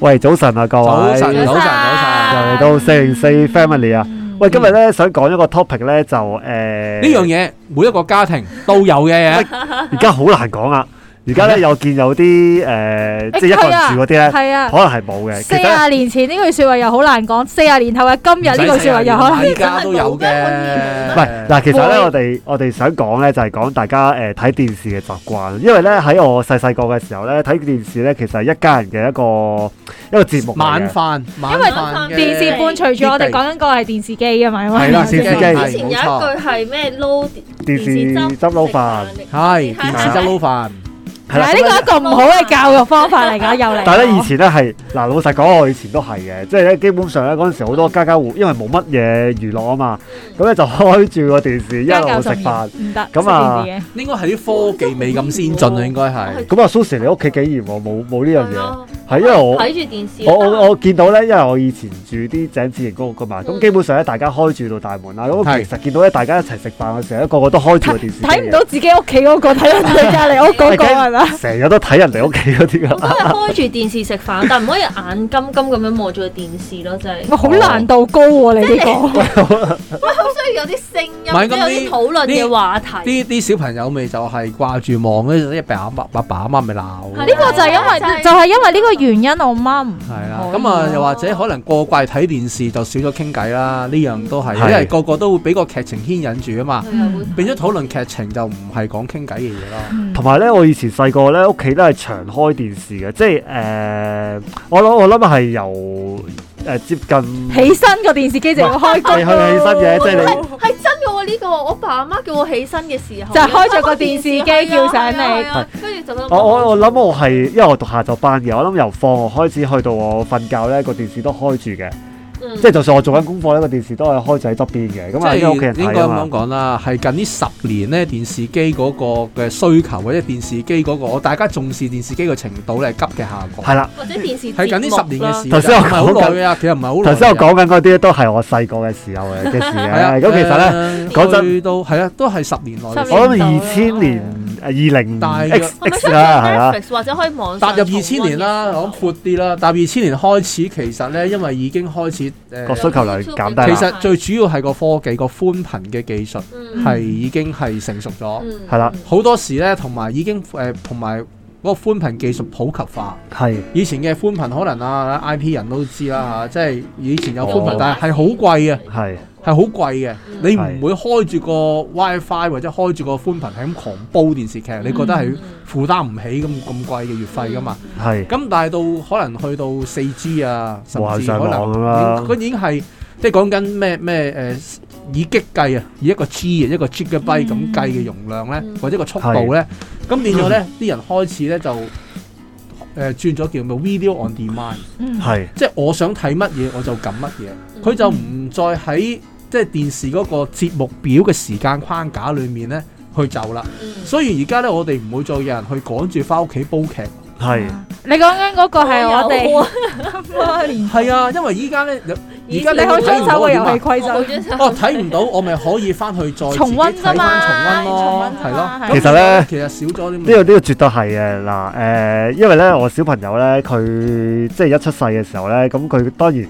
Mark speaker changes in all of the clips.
Speaker 1: 喂，早晨啊，各位，
Speaker 2: 早晨
Speaker 1: 又
Speaker 2: 早晨
Speaker 1: 嚟到四零四 family 啊！喂，今日咧想講一個 topic 咧就誒呢
Speaker 2: 呢樣，嘢每一個家庭都有嘅嘢，
Speaker 1: 而家好難講啊！而家咧又見有啲呃誒，即係一個人住嗰啲咧，
Speaker 3: 係啊
Speaker 1: 可，能係冇嘅。其
Speaker 3: 四
Speaker 1: 實呢
Speaker 3: 廿年前呢句説話又好難講，四廿年後嘅今日呢句説話又 可能
Speaker 2: 依家都有
Speaker 1: 唔
Speaker 2: 嘅。啊
Speaker 1: 係嗱，其實咧，
Speaker 3: 會
Speaker 1: 我哋我哋想講咧，就係講大家誒睇電視嘅習慣，因為咧喺我細細個嘅時候咧，睇電視咧其實係一家人嘅一個一個節目嚟嘅
Speaker 2: 晚飯，晚飯嘅
Speaker 3: 電視伴隨住我哋講緊個係電視機啊嘛，因為
Speaker 1: 係啦電視機
Speaker 4: 以前有一句係咩撈
Speaker 1: 電視執撈飯，
Speaker 2: 係電視執撈飯，
Speaker 1: 係啦。
Speaker 3: 嗱，呢個一個唔好嘅教育方法嚟㗎，又嚟。
Speaker 1: 但係咧，以前咧係嗱，老實講，我以前都係嘅，即係咧，基本上咧嗰陣時好多家家戶，因為冇乜嘢娛樂啊嘛，咁咧就開住個電視一
Speaker 3: 家教
Speaker 1: 路食
Speaker 3: 甚
Speaker 1: 飯。
Speaker 3: 嚴，唔得
Speaker 1: 咁啊
Speaker 3: 食電視嘅
Speaker 2: 應該係啲科技未咁先進啊，應該係。
Speaker 1: 咁啊，Susie，你屋企幾嚴喎？冇冇呢樣嘢？
Speaker 3: 啊
Speaker 1: 係因為啊我
Speaker 4: 睇住電視，啊
Speaker 1: 我我我見到咧，因為我以前住啲井字型公屋噶嘛，咁
Speaker 4: 嗯
Speaker 1: 基本上咧大家開住到大門啦，咁
Speaker 2: 係
Speaker 1: 其實見到咧大家一齊食飯嘅時候咧，個個都開住個電視機嘅，
Speaker 3: 睇唔到自己屋企嗰個，睇人哋隔離 屋嗰個係咪？
Speaker 1: 成日都睇人哋屋企嗰啲
Speaker 4: 我
Speaker 1: 噶。
Speaker 4: 都係開住電視食飯，但唔可以眼金金咁樣望住個電視咯，真係。
Speaker 3: 我好難度高喎，你呢個
Speaker 4: 喂，好需要有啲聲音，
Speaker 2: 唔係咁
Speaker 4: 有啲討論嘅話
Speaker 2: 啲
Speaker 4: 題。
Speaker 2: 啲小朋友咪就係掛住望嗰啲爸爸爸爸阿媽咪鬧。
Speaker 4: 係
Speaker 3: 呢個就係因為就係因為呢個原因，我媽唔
Speaker 2: 係啦，咁啊又或者可能個個係睇電視就少咗傾偈啦，呢樣都係，
Speaker 1: 係
Speaker 2: 因為個個都會俾個劇情牽引住啊嘛，
Speaker 4: 係啊會
Speaker 2: 變咗討論劇情就唔係講傾偈嘅嘢啦。
Speaker 3: 嗯
Speaker 1: 同埋咧，我以前細個咧，屋企都係長開電視嘅，即係誒、我諗我諗係由誒、接近
Speaker 3: 起身個電視機就要開工
Speaker 1: 你去起身嘅，即係你
Speaker 2: 哦
Speaker 4: 係真嘅喎，呢個我爸阿媽叫我起身嘅時候，
Speaker 3: 就係開著個電視機叫醒你
Speaker 4: 係啊，係啊係啊跟住
Speaker 1: 我
Speaker 4: 就
Speaker 1: 我我諗我係因為我讀下晝班嘅，我諗由放學開始去到我瞓覺咧，個電視都開住嘅，
Speaker 4: 嗯
Speaker 1: 即係就算我做緊功課咧，個電視都係開住喺側邊嘅，咁啊
Speaker 2: 即
Speaker 1: 因為屋企人
Speaker 2: 係應該
Speaker 1: 睇啊
Speaker 2: 咁
Speaker 1: 嘛
Speaker 2: 樣。講啦，係近呢十年咧電視機嗰個嘅需求或者電視機嗰、個，大家重視電視機嘅程度咧係急嘅下降。
Speaker 1: 係啦，
Speaker 4: 或者電視
Speaker 2: 係近呢十年嘅事，
Speaker 1: 頭先我
Speaker 2: 唔係好
Speaker 1: 講緊
Speaker 2: 耐嘅啊，其實唔係好耐㗎。
Speaker 1: 頭先我講緊嗰啲都係我細個嘅時候嘅嘅事
Speaker 2: 係啊，
Speaker 1: 嘅，咁其實咧。
Speaker 2: 咧
Speaker 1: 講真
Speaker 2: 都係啊，都係十年內嘅
Speaker 4: 十
Speaker 2: 事。
Speaker 1: 我
Speaker 4: 年
Speaker 1: 諗二千年誒二零
Speaker 2: 大約
Speaker 1: X
Speaker 4: 係咪
Speaker 1: X
Speaker 4: 出咗
Speaker 1: 啦，係啦，
Speaker 4: Netflix 或者可以網
Speaker 2: 踏
Speaker 4: 上
Speaker 2: 入二千年啦，
Speaker 4: 重溫
Speaker 2: 我諗
Speaker 4: 嘅
Speaker 2: 闊啲啦。踏入二千年開始，其實咧，因為已經開始誒，
Speaker 1: 個
Speaker 2: 呃
Speaker 1: 需求量減低
Speaker 2: 其
Speaker 1: 啦。
Speaker 2: 實最主要係個科技個寬頻嘅技術
Speaker 4: 嗯
Speaker 2: 係已經係成熟咗。
Speaker 4: 嗯
Speaker 1: 係啦
Speaker 2: 好多時咧，同埋已經誒，同埋嗰個寬頻技術普及化。
Speaker 1: 係
Speaker 2: 以前嘅寬頻可能啊 IP 人都知啦嚇，即係以前有寬
Speaker 1: 哦
Speaker 2: 頻，但係係好貴嘅，
Speaker 1: 係。
Speaker 2: 係好貴嘅。
Speaker 4: 嗯
Speaker 2: 你唔會開住個 WiFi 或者開住個寬頻係咁狂煲電視劇，你覺得係負擔唔起咁咁貴嘅月費噶嘛？
Speaker 1: 係
Speaker 2: 咁但係到可能去到四 G 啊，甚
Speaker 1: 無限
Speaker 2: 至
Speaker 1: 上
Speaker 2: 可
Speaker 1: 網啊
Speaker 2: 能
Speaker 1: 咁啦
Speaker 2: 已經佢已經係即係講緊咩咩誒以 G 計啊，以一個 G 啊一個 Gigabyte 咁計嘅容量咧
Speaker 4: 嗯，
Speaker 2: 或者個速度咧，咁變咗咧啲人開始咧就誒轉咗叫咩 video on demand，
Speaker 3: 嗯
Speaker 1: 係。
Speaker 2: 即係我想睇乜嘢我就撳乜
Speaker 4: 嗯
Speaker 2: 嘢，佢就唔再喺即係電視嗰個節目表嘅時間框架裡面咧去就啦。所以而家咧我哋唔會再有人去趕住翻屋企煲劇。
Speaker 1: 係
Speaker 3: 啊你講緊嗰個係我哋
Speaker 4: 我有啊
Speaker 3: 哇連
Speaker 2: 係啊，因為依家咧，而家
Speaker 3: 你好遵守個遊 戲規
Speaker 4: 我
Speaker 3: 則，
Speaker 4: 覺得
Speaker 2: 啊哦，睇唔到，我咪可以翻去再
Speaker 3: 重溫
Speaker 2: 温
Speaker 3: 啫嘛，
Speaker 2: 重温咯，係咯。
Speaker 1: 其實呢
Speaker 2: 其實少咗啲
Speaker 1: 呢個呢個絕對係嘅嗱誒，因為咧我小朋友咧佢即係一出世嘅時候咧，咁佢當然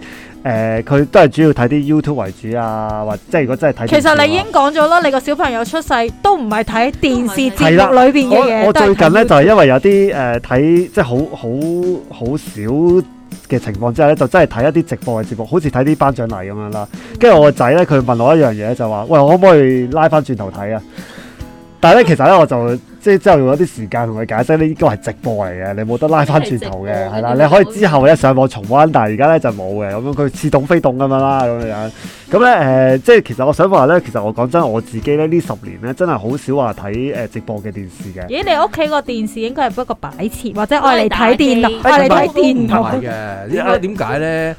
Speaker 1: 誒佢、都係主要睇啲 YouTube 為主啊，或即係如果真係睇
Speaker 3: 其實你已
Speaker 1: 應
Speaker 3: 經講咗啦，你個小朋友出世都唔係睇電視節
Speaker 1: 係啦
Speaker 3: 目裏邊嘅
Speaker 1: 我
Speaker 3: 嘢，
Speaker 1: 我
Speaker 3: 都係
Speaker 1: 最近咧
Speaker 3: 睇
Speaker 1: 就係因為有啲誒睇即係好好好少嘅情況之下咧，就真係睇一啲直播嘅節目，好似睇啲頒獎禮咁樣啦。
Speaker 3: 嗯
Speaker 1: 跟住我個仔咧，佢問我一樣嘢就話：喂，我可唔可以拉翻轉頭睇啊？但係咧，其實咧我就即係之後用一啲時間同佢解釋呢個係直播嚟嘅，你冇得拉翻轉頭嘅，係啦，你可以之後咧上網重温，但係而家咧就冇嘅，咁樣佢似懂非懂咁樣啦，咁樣。咁咧誒，即係其實我想話咧，其實我講真，我自己咧呢十年咧真係好少話睇誒直播嘅電視嘅。
Speaker 3: 咦，你屋企個電視應該係不過擺設，或者愛嚟睇電腦，
Speaker 4: 我
Speaker 3: 愛
Speaker 4: 哋
Speaker 3: 嚟啊睇
Speaker 2: 唔
Speaker 3: 電
Speaker 2: 係
Speaker 3: 腦。
Speaker 2: 嘅，應該點解咧？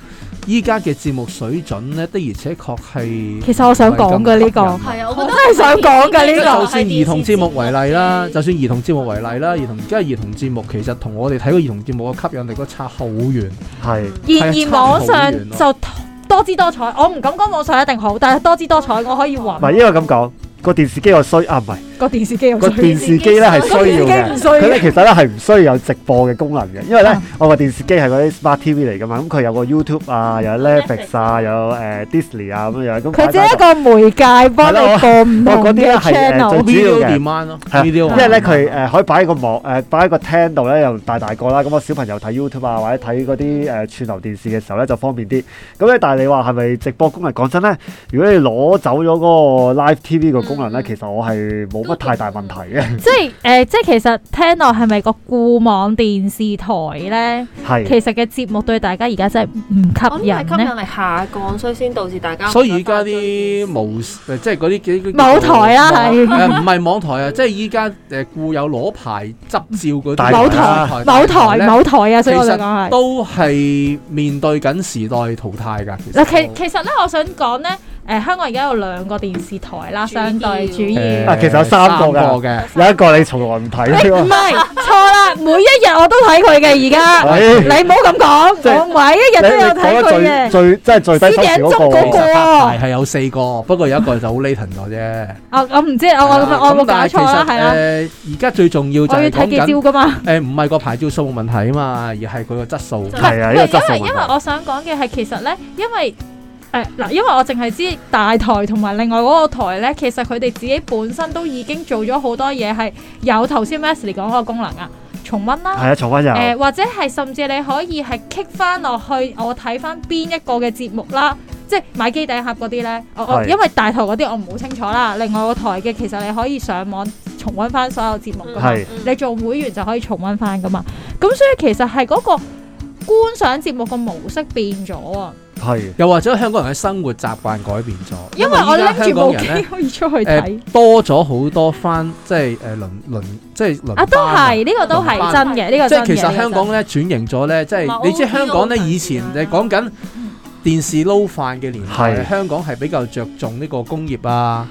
Speaker 2: 依家嘅節目水準咧，的而且確係
Speaker 3: 其實我想講嘅呢個，
Speaker 4: 係啊，我覺得
Speaker 3: 真係想講㗎呢
Speaker 2: 即
Speaker 3: 個
Speaker 2: 係就算兒童節目為例啦，就算兒童節目為例啦，兒童而家兒童節目其實同我哋睇個兒童節目嘅吸引力都差好遠。
Speaker 1: 係
Speaker 3: 然而網上
Speaker 2: 係啊差
Speaker 3: 就多姿多彩，我唔敢講網上一定好，但係多姿多彩，我可以
Speaker 1: 唔
Speaker 3: 揾。
Speaker 1: 係因為咁講個電視機個衰啊？唔係
Speaker 3: 個電視機有
Speaker 1: 個
Speaker 3: 水。
Speaker 1: 電視機咧係需要
Speaker 3: 個電視機唔
Speaker 1: 嘅，
Speaker 3: 需要嗯
Speaker 1: 佢咧其實咧係唔需要有直播嘅功能嘅，因為咧我個電視機係嗰啲 smart TV 嚟噶嘛，咁佢有個 YouTube 啊，有 Netflix 啊，有誒 Disney 啊咁樣，咁
Speaker 3: 嗯佢只係
Speaker 1: 個
Speaker 3: 一個媒介幫
Speaker 1: 係咯
Speaker 3: 你播唔
Speaker 1: 我嗰啲
Speaker 3: 同
Speaker 1: 呢
Speaker 3: 嘅
Speaker 1: 係誒
Speaker 3: channel。
Speaker 1: 最主
Speaker 2: video
Speaker 1: 要嘅
Speaker 2: demand 咯
Speaker 1: 係啊
Speaker 2: ，video，
Speaker 1: 因為咧佢誒可以擺喺個網誒擺喺個廳度咧又大大個啦，咁我小朋友睇 YouTube 啊或者睇嗰啲誒串流電視嘅時候咧就方便啲。咁咧但係你話係咪直播功能？講真咧，如果你攞走咗嗰個 Live TV 個功能咧，
Speaker 4: 嗯
Speaker 1: 其實我係冇乜太大問題嘅，
Speaker 3: 即係誒、即係其實聽落係咪個固網電視台咧？
Speaker 2: 嗯
Speaker 1: 係。
Speaker 3: 其實嘅節目對大家而家真係唔吸
Speaker 4: 我諗係
Speaker 3: 引
Speaker 4: 吸
Speaker 3: 咧。
Speaker 4: 引力下降，所以先導致大家。
Speaker 2: 所以而家啲無誒即係嗰啲幾
Speaker 3: 某台啦係
Speaker 2: 啊誒唔係網台啊，即係依家誒固有攞牌執照嗰
Speaker 1: 某
Speaker 2: 啲大
Speaker 4: 哦
Speaker 1: 台
Speaker 2: 大
Speaker 3: 某台
Speaker 2: 呢
Speaker 3: 某台啊，所以我
Speaker 2: 其
Speaker 3: 就
Speaker 2: 實
Speaker 3: 講係。
Speaker 2: 都係面對緊時代淘汰㗎。其實
Speaker 3: 嗱，其其實咧，我想講咧，誒、香港而家有兩個電視台啦，
Speaker 4: 主要
Speaker 3: 相對主要。
Speaker 2: 誒
Speaker 1: 啊其實有三個㗎
Speaker 2: 三嘅，
Speaker 1: 有一個你從來唔睇
Speaker 3: 你唔
Speaker 1: 喎，
Speaker 3: 係錯啦，每一日我都睇佢嘅而
Speaker 2: 哎
Speaker 3: 家。
Speaker 1: 係
Speaker 3: 你唔好咁
Speaker 1: 即係
Speaker 3: 講，我每一日
Speaker 1: 你
Speaker 3: 都有
Speaker 1: 你
Speaker 3: 睇
Speaker 1: 講
Speaker 3: 佢
Speaker 1: 得
Speaker 3: 嘅。
Speaker 1: 最最即係最低收視嗰個
Speaker 3: 私隱中嗰個
Speaker 1: 喎，
Speaker 2: 發牌係有四個，不過有一個就好 latent 咗啫。
Speaker 3: 我哦我唔知，我我
Speaker 2: 係啦啊
Speaker 3: 我
Speaker 2: 咁
Speaker 3: 冇搞
Speaker 2: 但係
Speaker 3: 錯啦，
Speaker 2: 其實
Speaker 3: 係啦。
Speaker 2: 誒而家最重要就
Speaker 3: 我要
Speaker 2: 係
Speaker 3: 睇
Speaker 2: 講
Speaker 3: 幾
Speaker 2: 緊
Speaker 3: 招噶嘛。
Speaker 2: 誒唔係個牌照數目問題啊嘛，而係佢個質素。
Speaker 4: 真
Speaker 1: 係啊，呢個質素
Speaker 3: 因
Speaker 1: 問
Speaker 3: 為因為
Speaker 1: 題。
Speaker 3: 我想講嘅係其實咧，因為誒嗱、因為我淨係知大台同埋另外嗰個台咧，其實佢哋自己本身都已經做咗好多嘢，係有頭先 Wesley 講嗰個功能啊，重温啦。
Speaker 1: 係啊，重温又
Speaker 3: 誒、或者係甚至你可以係 kick 翻落去，我睇翻邊一個嘅節目啦，即係買機頂盒嗰啲咧，我我
Speaker 1: 係
Speaker 3: 因為大台嗰啲我唔好清楚啦，另外個台嘅其實你可以上網重温翻所有節目噶嘛。
Speaker 1: 係
Speaker 3: 你做會員就可以重温翻噶嘛。咁所以其實係嗰個觀賞節目個模式變咗啊，
Speaker 1: 係
Speaker 2: 又或者香港人嘅生活習慣改變咗，
Speaker 3: 因為
Speaker 2: 為
Speaker 3: 我
Speaker 2: 依
Speaker 3: 拎
Speaker 2: 家香
Speaker 3: 住
Speaker 2: 港
Speaker 3: 部
Speaker 2: 人
Speaker 3: 機
Speaker 2: 咧
Speaker 3: 可以出去
Speaker 2: 誒
Speaker 3: 睇。
Speaker 2: 多咗好多翻，即係誒輪輪，即係輪
Speaker 3: 啊，都
Speaker 2: 班啊
Speaker 3: 係呢個都係真嘅，呢
Speaker 2: 即
Speaker 3: 個
Speaker 2: 係
Speaker 3: 真嘅。
Speaker 2: 其實
Speaker 3: 呢個
Speaker 2: 香港咧轉型咗咧，即
Speaker 4: 同
Speaker 2: 係
Speaker 4: 埋
Speaker 2: 你知香港咧
Speaker 4: OTO
Speaker 2: 以前
Speaker 4: 啊
Speaker 2: 你講緊電視撈飯嘅年代，
Speaker 1: 係
Speaker 2: 香港係比較着重呢個工業啊。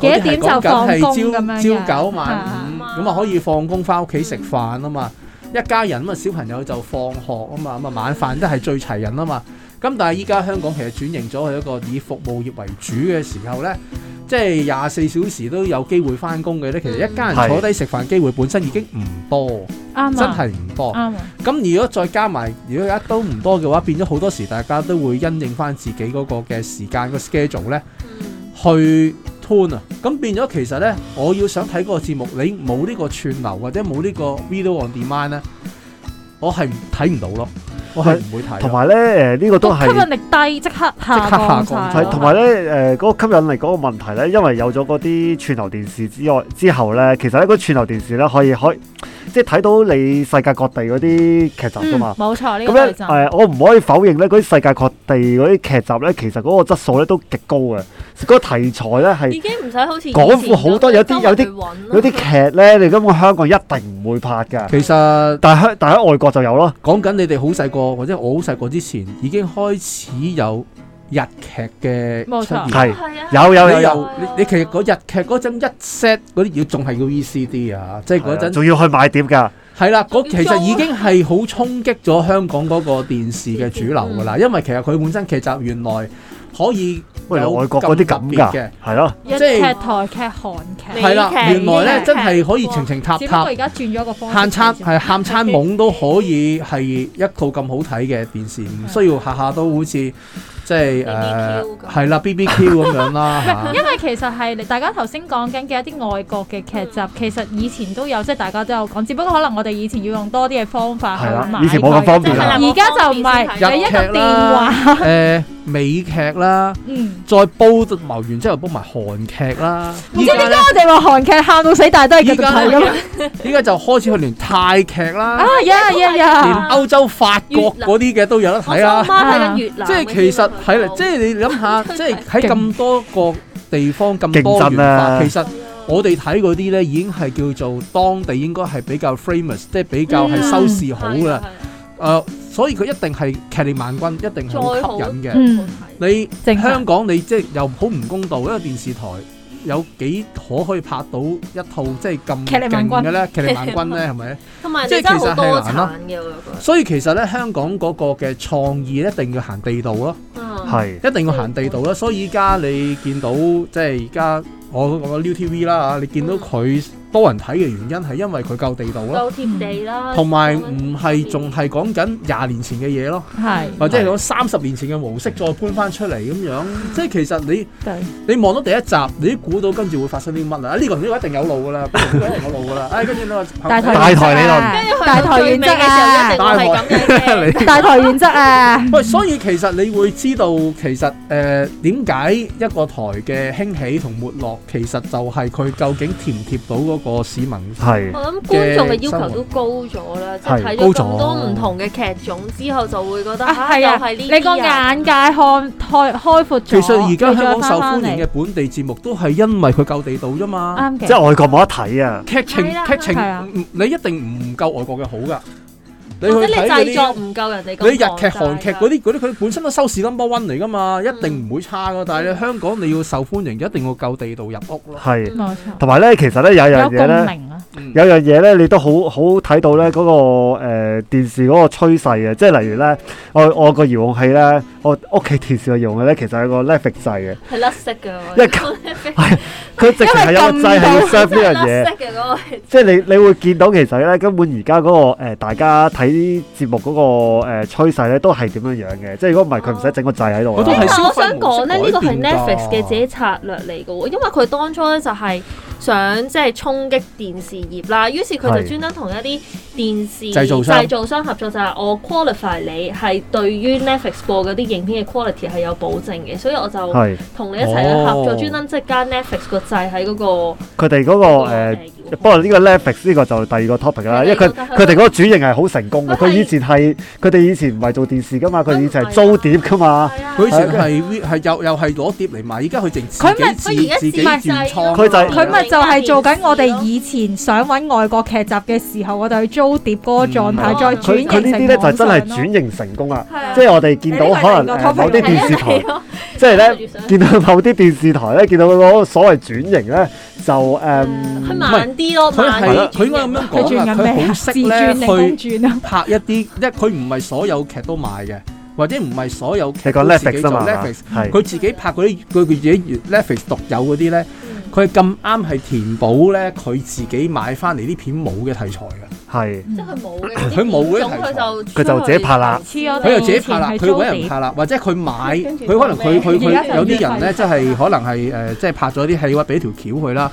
Speaker 3: 幾多點就放工咁樣
Speaker 2: 朝
Speaker 3: 嘅
Speaker 2: 朝九晚五，
Speaker 4: 啊
Speaker 2: 咁啊可以放工翻屋企食飯啊嘛，一家人咁啊小朋友就放學啊嘛，咁啊晚飯都係最齊人啊嘛。咁但係依家香港其實轉型咗去一個以服務業為主嘅時候呢，即係廿四小時都有機會翻工嘅呢。其實
Speaker 3: 嗯
Speaker 2: 一家人坐低食飯機會本身已經唔多，
Speaker 3: 啱
Speaker 2: 真
Speaker 3: 啊，
Speaker 2: 係唔多。
Speaker 3: 啱啊，
Speaker 2: 咁如果再加埋，如果一都唔多嘅話，變咗好多時大家都會因應翻自己嗰個嘅時間個 schedule 呢。去 tune 啊，咁變咗其實呢，我要想睇嗰個節目，你冇呢個串流或者冇呢個 video on demand 呢，我係睇唔到咯，我係唔會睇
Speaker 1: 同
Speaker 2: 咯。
Speaker 1: 埋咧誒呢個都
Speaker 3: 個吸
Speaker 1: 係。
Speaker 3: 引力啊低，即刻下
Speaker 2: 即刻下降
Speaker 3: 降晒
Speaker 1: 係
Speaker 2: 係
Speaker 3: 咯。
Speaker 1: 同埋咧，誒嗰個吸引力嗰個問題咧，因為有咗嗰啲串流電視之外之後咧，其實咧嗰串流電視咧可以可以即係睇到你世界各地嗰啲劇集噶
Speaker 3: 嗯，
Speaker 1: 嘛。
Speaker 3: 冇錯，呢
Speaker 1: 咁
Speaker 3: 個對
Speaker 1: 咧
Speaker 3: 陣。
Speaker 1: 誒，我唔可以否認咧，嗰啲世界各地嗰啲劇集咧，其實嗰個質素咧都極高嘅，嗰個題材咧係
Speaker 4: 已經唔使好似
Speaker 1: 廣府好多有啲有啲有啲劇咧，你根本香港一定唔會拍㗎，
Speaker 2: 其實
Speaker 1: 但係香但係喺外國就有咯。
Speaker 2: 講緊你哋好細個，或者我好細個之前已經開始有日劇嘅
Speaker 3: 冇
Speaker 2: 出
Speaker 3: 錯
Speaker 2: 現。
Speaker 1: 係
Speaker 4: 係啊
Speaker 1: 有有有有，
Speaker 2: 你由你你其實嗰日劇嗰陣一 set 嗰啲要仲係要 VCD 啊，即係嗰陣
Speaker 1: 仲要去買碟㗎，
Speaker 2: 係啦，嗰
Speaker 4: 要
Speaker 2: 其
Speaker 3: 啊
Speaker 2: 實
Speaker 4: 裝
Speaker 2: 已經係好衝擊咗香港嗰個電視嘅主流㗎
Speaker 3: 嗯
Speaker 2: 啦，因為其實佢本身劇集原來可以
Speaker 1: 喂，
Speaker 2: 有
Speaker 1: 外國嗰啲
Speaker 2: 咁特
Speaker 1: 咁
Speaker 2: 別
Speaker 1: 㗎
Speaker 2: 嘅，
Speaker 1: 係咯，
Speaker 3: 日
Speaker 2: 即係
Speaker 3: 劇、台劇、韓劇，
Speaker 2: 係啦，
Speaker 4: 美劇
Speaker 2: 原來
Speaker 4: 美
Speaker 2: 咧
Speaker 4: 劇
Speaker 2: 真係可以情情塔
Speaker 3: 只不過
Speaker 2: 塔
Speaker 3: 而。家轉咗個方式。
Speaker 2: 喊餐係喊餐懵都可以係一套咁好睇嘅電視，唔需要下下都好似即係誒
Speaker 4: BBQ 咁
Speaker 2: 係啦 BBQ 咁樣啦 嚇
Speaker 3: 因為其實係你大家頭先講緊嘅一啲外國嘅劇集，其實以前都有，即係大家都有講，只不過可能我哋以前要用多啲嘅方法去
Speaker 1: 係啦
Speaker 3: 買，
Speaker 1: 以前冇咁方
Speaker 4: 即
Speaker 1: 便啊
Speaker 4: 係
Speaker 1: 啦。
Speaker 3: 而家就唔係，你一個電話，
Speaker 2: 誒呃美劇啦，
Speaker 3: 嗯。
Speaker 2: 再煲謀完之後煲埋韓劇啦，
Speaker 3: 唔
Speaker 2: 依
Speaker 3: 知點
Speaker 2: 家
Speaker 3: 解
Speaker 2: 咧
Speaker 3: 我哋話韓劇喊到死，但係都係繼續睇噶嘛？
Speaker 2: 依家就開始去連泰劇啦
Speaker 3: 啊，呀呀
Speaker 2: 連
Speaker 3: 呀！
Speaker 2: 歐洲法國嗰啲嘅都有得睇
Speaker 4: 我
Speaker 2: 啦。
Speaker 4: 媽睇緊越南，
Speaker 2: 即係其實睇嚟，即係你諗 下，即係喺咁多個地方咁
Speaker 1: 競
Speaker 2: 多
Speaker 1: 爭
Speaker 2: 元
Speaker 1: 啊
Speaker 2: 化，其實我哋睇嗰啲咧已經係叫做當地應該係比較 famous，即係比較
Speaker 3: 嗯
Speaker 2: 係收視好噶啦。誒、所以佢一定係劇力萬鈞，一定係好吸引嘅。
Speaker 3: 嗯，
Speaker 2: 你
Speaker 3: 正常
Speaker 2: 香港你即係又好唔公道，一個電視台有幾可可以拍到一套即係咁
Speaker 3: 劇力
Speaker 2: 勁
Speaker 3: 萬鈞
Speaker 2: 嘅咧？劇力萬鈞 咧係咪咧？
Speaker 4: 同埋你真係好多產嘅，我覺
Speaker 2: 所以其實咧，香港嗰個嘅創意一定要行地道咯。
Speaker 4: 得。
Speaker 1: 係
Speaker 2: 一定要行地道啦，所以依家你見到即係而家我我 New TV 啦嚇，你見到佢多人睇嘅原因係因為佢夠地道咯，
Speaker 4: 夠貼地啦，
Speaker 2: 同埋唔係仲係講緊廿年前嘅嘢咯，
Speaker 3: 係
Speaker 2: 或者係講三十年前嘅模式再搬翻出嚟咁樣，即係其實你
Speaker 3: 對
Speaker 2: 你望到第一集，你都估到跟住會發生啲乜啦。啊呢個人一定有路噶啦，呢個人一定有路噶啦。唉，跟住呢個
Speaker 3: 大台
Speaker 1: 大台理論
Speaker 3: 原則啊
Speaker 4: 大
Speaker 3: 大
Speaker 4: 台
Speaker 3: 台
Speaker 4: 原
Speaker 3: 原
Speaker 4: 則
Speaker 3: 則啊
Speaker 4: 嘅時，候一定會係咁樣嘅。
Speaker 2: 你
Speaker 3: 大台原則啊，
Speaker 2: 喂，所以其實你會知道，其實誒點解一個台嘅興起同沒落，其實就係佢究竟貼唔貼到嗰個市民。
Speaker 1: 係
Speaker 3: 哦
Speaker 4: 我諗觀眾嘅要求都高咗啦，即係睇咗咁多唔同嘅劇種之後，就會覺得
Speaker 3: 啊
Speaker 4: 嚇
Speaker 3: 係
Speaker 4: 又
Speaker 3: 啊，
Speaker 4: 係呢啲
Speaker 3: 你個眼界開開開闊咗，
Speaker 2: 其實而家香港
Speaker 3: 再
Speaker 2: 受
Speaker 3: 返返
Speaker 2: 歡迎
Speaker 3: 嚟
Speaker 2: 嘅本地節目都係因為佢夠地道啫嘛。
Speaker 3: 啱嘅，
Speaker 1: 即係外國冇得睇啊！
Speaker 2: 劇情
Speaker 4: 係啦
Speaker 2: 劇情
Speaker 3: 係啊
Speaker 2: 唔你一定唔夠外國嘅好噶。你去
Speaker 4: 或者你
Speaker 2: 睇嗰
Speaker 4: 製
Speaker 2: 啲
Speaker 4: 作。唔夠人哋咁
Speaker 2: 你日劇、韓
Speaker 4: 龐
Speaker 2: 劇
Speaker 4: 大㗎
Speaker 2: 嗰啲嗰啲，佢本身都收視 number one 嚟噶嘛，一定唔會差噶。但係你香港你要受歡迎，一定要夠地道入屋咯。
Speaker 1: 係，
Speaker 3: 冇錯，
Speaker 1: 同埋咧，其實咧有一樣
Speaker 3: 有共
Speaker 1: 嘢咧，
Speaker 3: 鳴啊，
Speaker 2: 嗯
Speaker 1: 有樣嘢咧，你都好好睇到咧嗰、個誒、呃、電視嗰個趨勢嘅，啊即係例如咧，我我個遙控器咧，我屋企電視嘅遙控器咧，其實有個 Netflix 掣嘅，
Speaker 4: 係甩色嘅
Speaker 1: 因為
Speaker 4: 喎，
Speaker 1: 佢直情係有個掣係要 serve 呢樣嘢
Speaker 4: 甩。色嘅嗰個
Speaker 1: 即係你你會見到其實咧根本而家嗰個、呃、大家睇節目嗰、個誒、呃、趨勢咧都係點樣樣嘅，即係如果唔係佢唔使整個掣喺度啊
Speaker 2: 我都
Speaker 1: 啦。
Speaker 2: 係
Speaker 4: 但我想講咧，呢個
Speaker 2: 消費模式改
Speaker 4: 係
Speaker 2: 變㗎
Speaker 4: Netflix 嘅自己策略嚟嘅喎，因為佢當初咧就係想即係衝擊電視業啦，於是佢就
Speaker 1: 係
Speaker 4: 專登同一啲電視
Speaker 2: 製造商
Speaker 4: 製造商合作，就係我 qualify 你係對於 Netflix 播嗰啲影片嘅 quality 係有保證嘅，所以我就
Speaker 1: 係
Speaker 4: 同你一齊去合作，
Speaker 2: 哦
Speaker 4: 專登即係加 Netflix 個掣喺嗰個
Speaker 1: 佢哋嗰個、
Speaker 4: 嗰個
Speaker 1: 呃
Speaker 4: 誒
Speaker 1: 不過呢個 Netflix 呢個就第二個 topic 啦，因為佢佢哋嗰個主營係好成功嘅。佢以前係佢哋以前唔係做電視噶嘛，佢以前係租碟噶嘛。
Speaker 4: 係啊
Speaker 2: 佢以前係 V- 係又又係攞碟嚟賣，而家佢淨
Speaker 3: 佢咪
Speaker 2: 自己
Speaker 4: 佢而家
Speaker 2: 自自己
Speaker 4: 自製
Speaker 2: 原
Speaker 4: 咯
Speaker 2: 創。
Speaker 1: 佢就係
Speaker 3: 佢咪就係做緊我哋以前想揾外國劇集嘅時候，我哋去租碟嗰個狀態，
Speaker 4: 嗯
Speaker 3: 再轉
Speaker 1: 佢
Speaker 3: 型
Speaker 1: 佢呢啲
Speaker 3: 成
Speaker 1: 咧就真係
Speaker 3: 網上咯
Speaker 1: 轉型成功啦。
Speaker 4: 係啊
Speaker 1: 即係我哋見到
Speaker 3: 你呢個係
Speaker 1: 可能
Speaker 3: 另一個
Speaker 1: 呃某
Speaker 3: topic
Speaker 1: 啲
Speaker 3: 嚟
Speaker 1: 電視台
Speaker 4: 係。啊
Speaker 1: 即係咧
Speaker 4: 跟住想
Speaker 1: 見到某啲電視台咧，見到嗰個所謂轉型咧，就嗯誒、
Speaker 4: 嗯佢慢啲咯，
Speaker 2: 佢
Speaker 4: 慢
Speaker 1: 係
Speaker 2: 係
Speaker 4: 啲
Speaker 2: 佢應該咁樣
Speaker 3: 佢轉
Speaker 2: 講
Speaker 3: 緊
Speaker 2: 啊，
Speaker 3: 咩
Speaker 2: 佢
Speaker 3: 啊？
Speaker 2: 好
Speaker 3: 自
Speaker 2: 識
Speaker 3: 轉定公
Speaker 2: 咧去
Speaker 3: 轉啊？
Speaker 2: 拍一啲，因為佢唔係所有劇都賣嘅，或者唔係所有
Speaker 1: 你
Speaker 2: 劇
Speaker 1: 講
Speaker 2: 都自己
Speaker 1: Netflix
Speaker 2: 做
Speaker 1: 啊嘛
Speaker 2: Netflix。，
Speaker 1: 係
Speaker 2: 佢自己拍嗰啲，佢佢自己 Netflix 獨有嗰啲咧，
Speaker 4: 嗯
Speaker 2: 佢係咁啱係填補咧佢自己買翻嚟啲片冇嘅題材嘅，
Speaker 1: 係
Speaker 4: 即係佢冇嘅，
Speaker 2: 佢冇嘅
Speaker 4: 種
Speaker 2: 題材
Speaker 4: 佢就
Speaker 1: 佢就自己拍啦
Speaker 3: 黐我哋
Speaker 2: 佢又自己拍啦，
Speaker 3: 以
Speaker 2: 佢
Speaker 3: 前係
Speaker 2: 揾人拍啦，或者佢買，
Speaker 4: 跟住
Speaker 2: 佢可能佢佢
Speaker 3: 而家
Speaker 2: 佢
Speaker 3: 就
Speaker 2: 有啲人
Speaker 3: 免費
Speaker 2: 咧，即係可能係誒，呃即係拍咗啲戲或者俾條橋佢啦，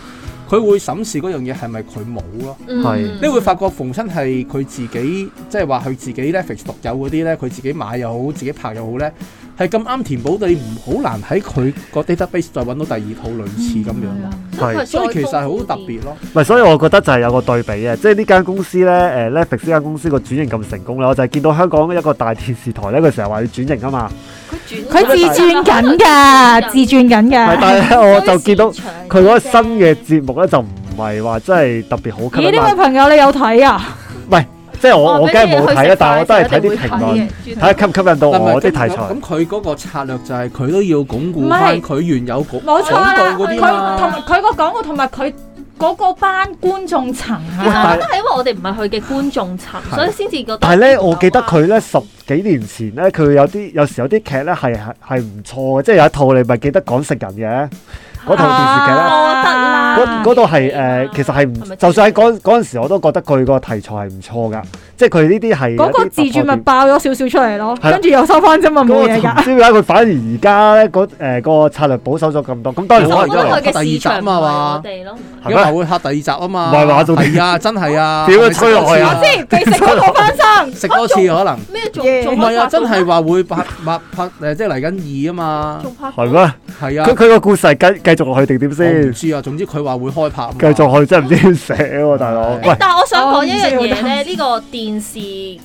Speaker 2: 佢會審視嗰樣嘢係咪佢冇咯。
Speaker 4: 嗯
Speaker 3: 嗯
Speaker 1: 係
Speaker 2: 你會發覺逢親係佢自己，即係話佢自己 Netflix 獨有嗰啲咧，佢自己買又好，自己拍又好咧，係咁啱填補到你唔好難喺佢個 database 再揾到第二套類似
Speaker 3: 嗯
Speaker 2: 咁樣啊咯。
Speaker 3: 啊
Speaker 1: 係，
Speaker 2: 所以其實係好特別咯。
Speaker 1: 唔係？所以我覺得就係有個對比嘅，即係呢間公司咧，誒、Netflix 呢間公司個轉型咁成功咧，我就係見到香港一個大電視台咧，佢成日話要轉型啊嘛，
Speaker 3: 佢自轉緊㗎，自轉緊
Speaker 2: 啊
Speaker 1: 係
Speaker 3: 㗎。
Speaker 1: 但係咧我就見到佢嗰個
Speaker 4: 個
Speaker 1: 新嘅節目咧就唔係話真係特別好吸
Speaker 3: 咦？
Speaker 1: 引
Speaker 3: 呢位
Speaker 1: 眼，
Speaker 3: 朋友你有睇啊？
Speaker 1: 即係
Speaker 3: 哦
Speaker 2: 哦
Speaker 1: 我我梗係冇睇啦，但係我都係睇啲評論，睇
Speaker 4: 論
Speaker 1: 下吸唔吸引到
Speaker 2: 但係
Speaker 1: 哦我啲題
Speaker 2: 咁
Speaker 1: 材
Speaker 2: 咁。佢嗰個策略就係佢都要鞏固
Speaker 3: 唔係
Speaker 2: 翻佢原有嗰
Speaker 3: 冇錯啦，
Speaker 2: 廣告嗰
Speaker 3: 佢
Speaker 2: 啲
Speaker 3: 同
Speaker 2: 嘛。
Speaker 3: 佢個廣告同埋佢嗰個班觀眾層
Speaker 4: 其實
Speaker 3: 啊，
Speaker 4: 我覺得係因為我哋唔係佢嘅觀眾層，
Speaker 2: 係
Speaker 4: 所以先至覺得。
Speaker 1: 但係咧，我記得佢咧十幾年前咧，佢有啲有時有啲劇咧係係係唔錯嘅，即係有一套你咪記得講食人嘅嗰套電視劇咧
Speaker 3: 啊。
Speaker 4: 我覺得啦，啊
Speaker 1: 嗰嗰度係誒，其實係
Speaker 4: 係
Speaker 1: 唔，
Speaker 4: 咪
Speaker 1: 就算喺嗰嗰陣時，我都覺得佢個題材係唔錯噶，即係佢呢啲係
Speaker 3: 嗰個自轉
Speaker 1: 轉
Speaker 3: 咪爆咗少少出嚟咯，
Speaker 1: 係啦
Speaker 3: 跟住又收翻啫嘛，
Speaker 1: 咁
Speaker 3: 冇
Speaker 1: 我就
Speaker 3: 嘢
Speaker 1: 唔
Speaker 3: 㗎。
Speaker 1: 知點解佢反而而家咧嗰誒個策略保守咗咁多，咁當然
Speaker 4: 我
Speaker 1: 可
Speaker 4: 覺
Speaker 1: 能因
Speaker 4: 得
Speaker 1: 為
Speaker 4: 佢嘅市
Speaker 1: 啊
Speaker 4: 場唔係我哋咯，
Speaker 1: 係
Speaker 2: 因為
Speaker 1: 咩？
Speaker 2: 會拍第二集啊嘛，
Speaker 1: 唔係話做
Speaker 2: 係啊，真係 啊，
Speaker 1: 屌佢吹啊落去啊
Speaker 2: 係咪
Speaker 3: 即係被食嗰個翻生，
Speaker 2: 食多次啊食多次可能
Speaker 4: 咩仲
Speaker 3: 耶
Speaker 4: 仲
Speaker 2: 唔係啊，真係話會拍拍拍誒，即係嚟緊二啊嘛，
Speaker 4: 仲拍
Speaker 1: 係咩？
Speaker 2: 係啊
Speaker 1: 佢佢，個故事係繼繼續落去定點
Speaker 2: 我唔
Speaker 1: 先？
Speaker 2: 知啊，總之佢話會開拍啊嘛，
Speaker 1: 繼續落去真係唔知點寫喎，大佬。
Speaker 2: 係
Speaker 1: 喂，
Speaker 4: 但係我想講一樣嘢
Speaker 3: 哦我唔知
Speaker 4: 咧，
Speaker 3: 我
Speaker 4: 呢個電視誒、即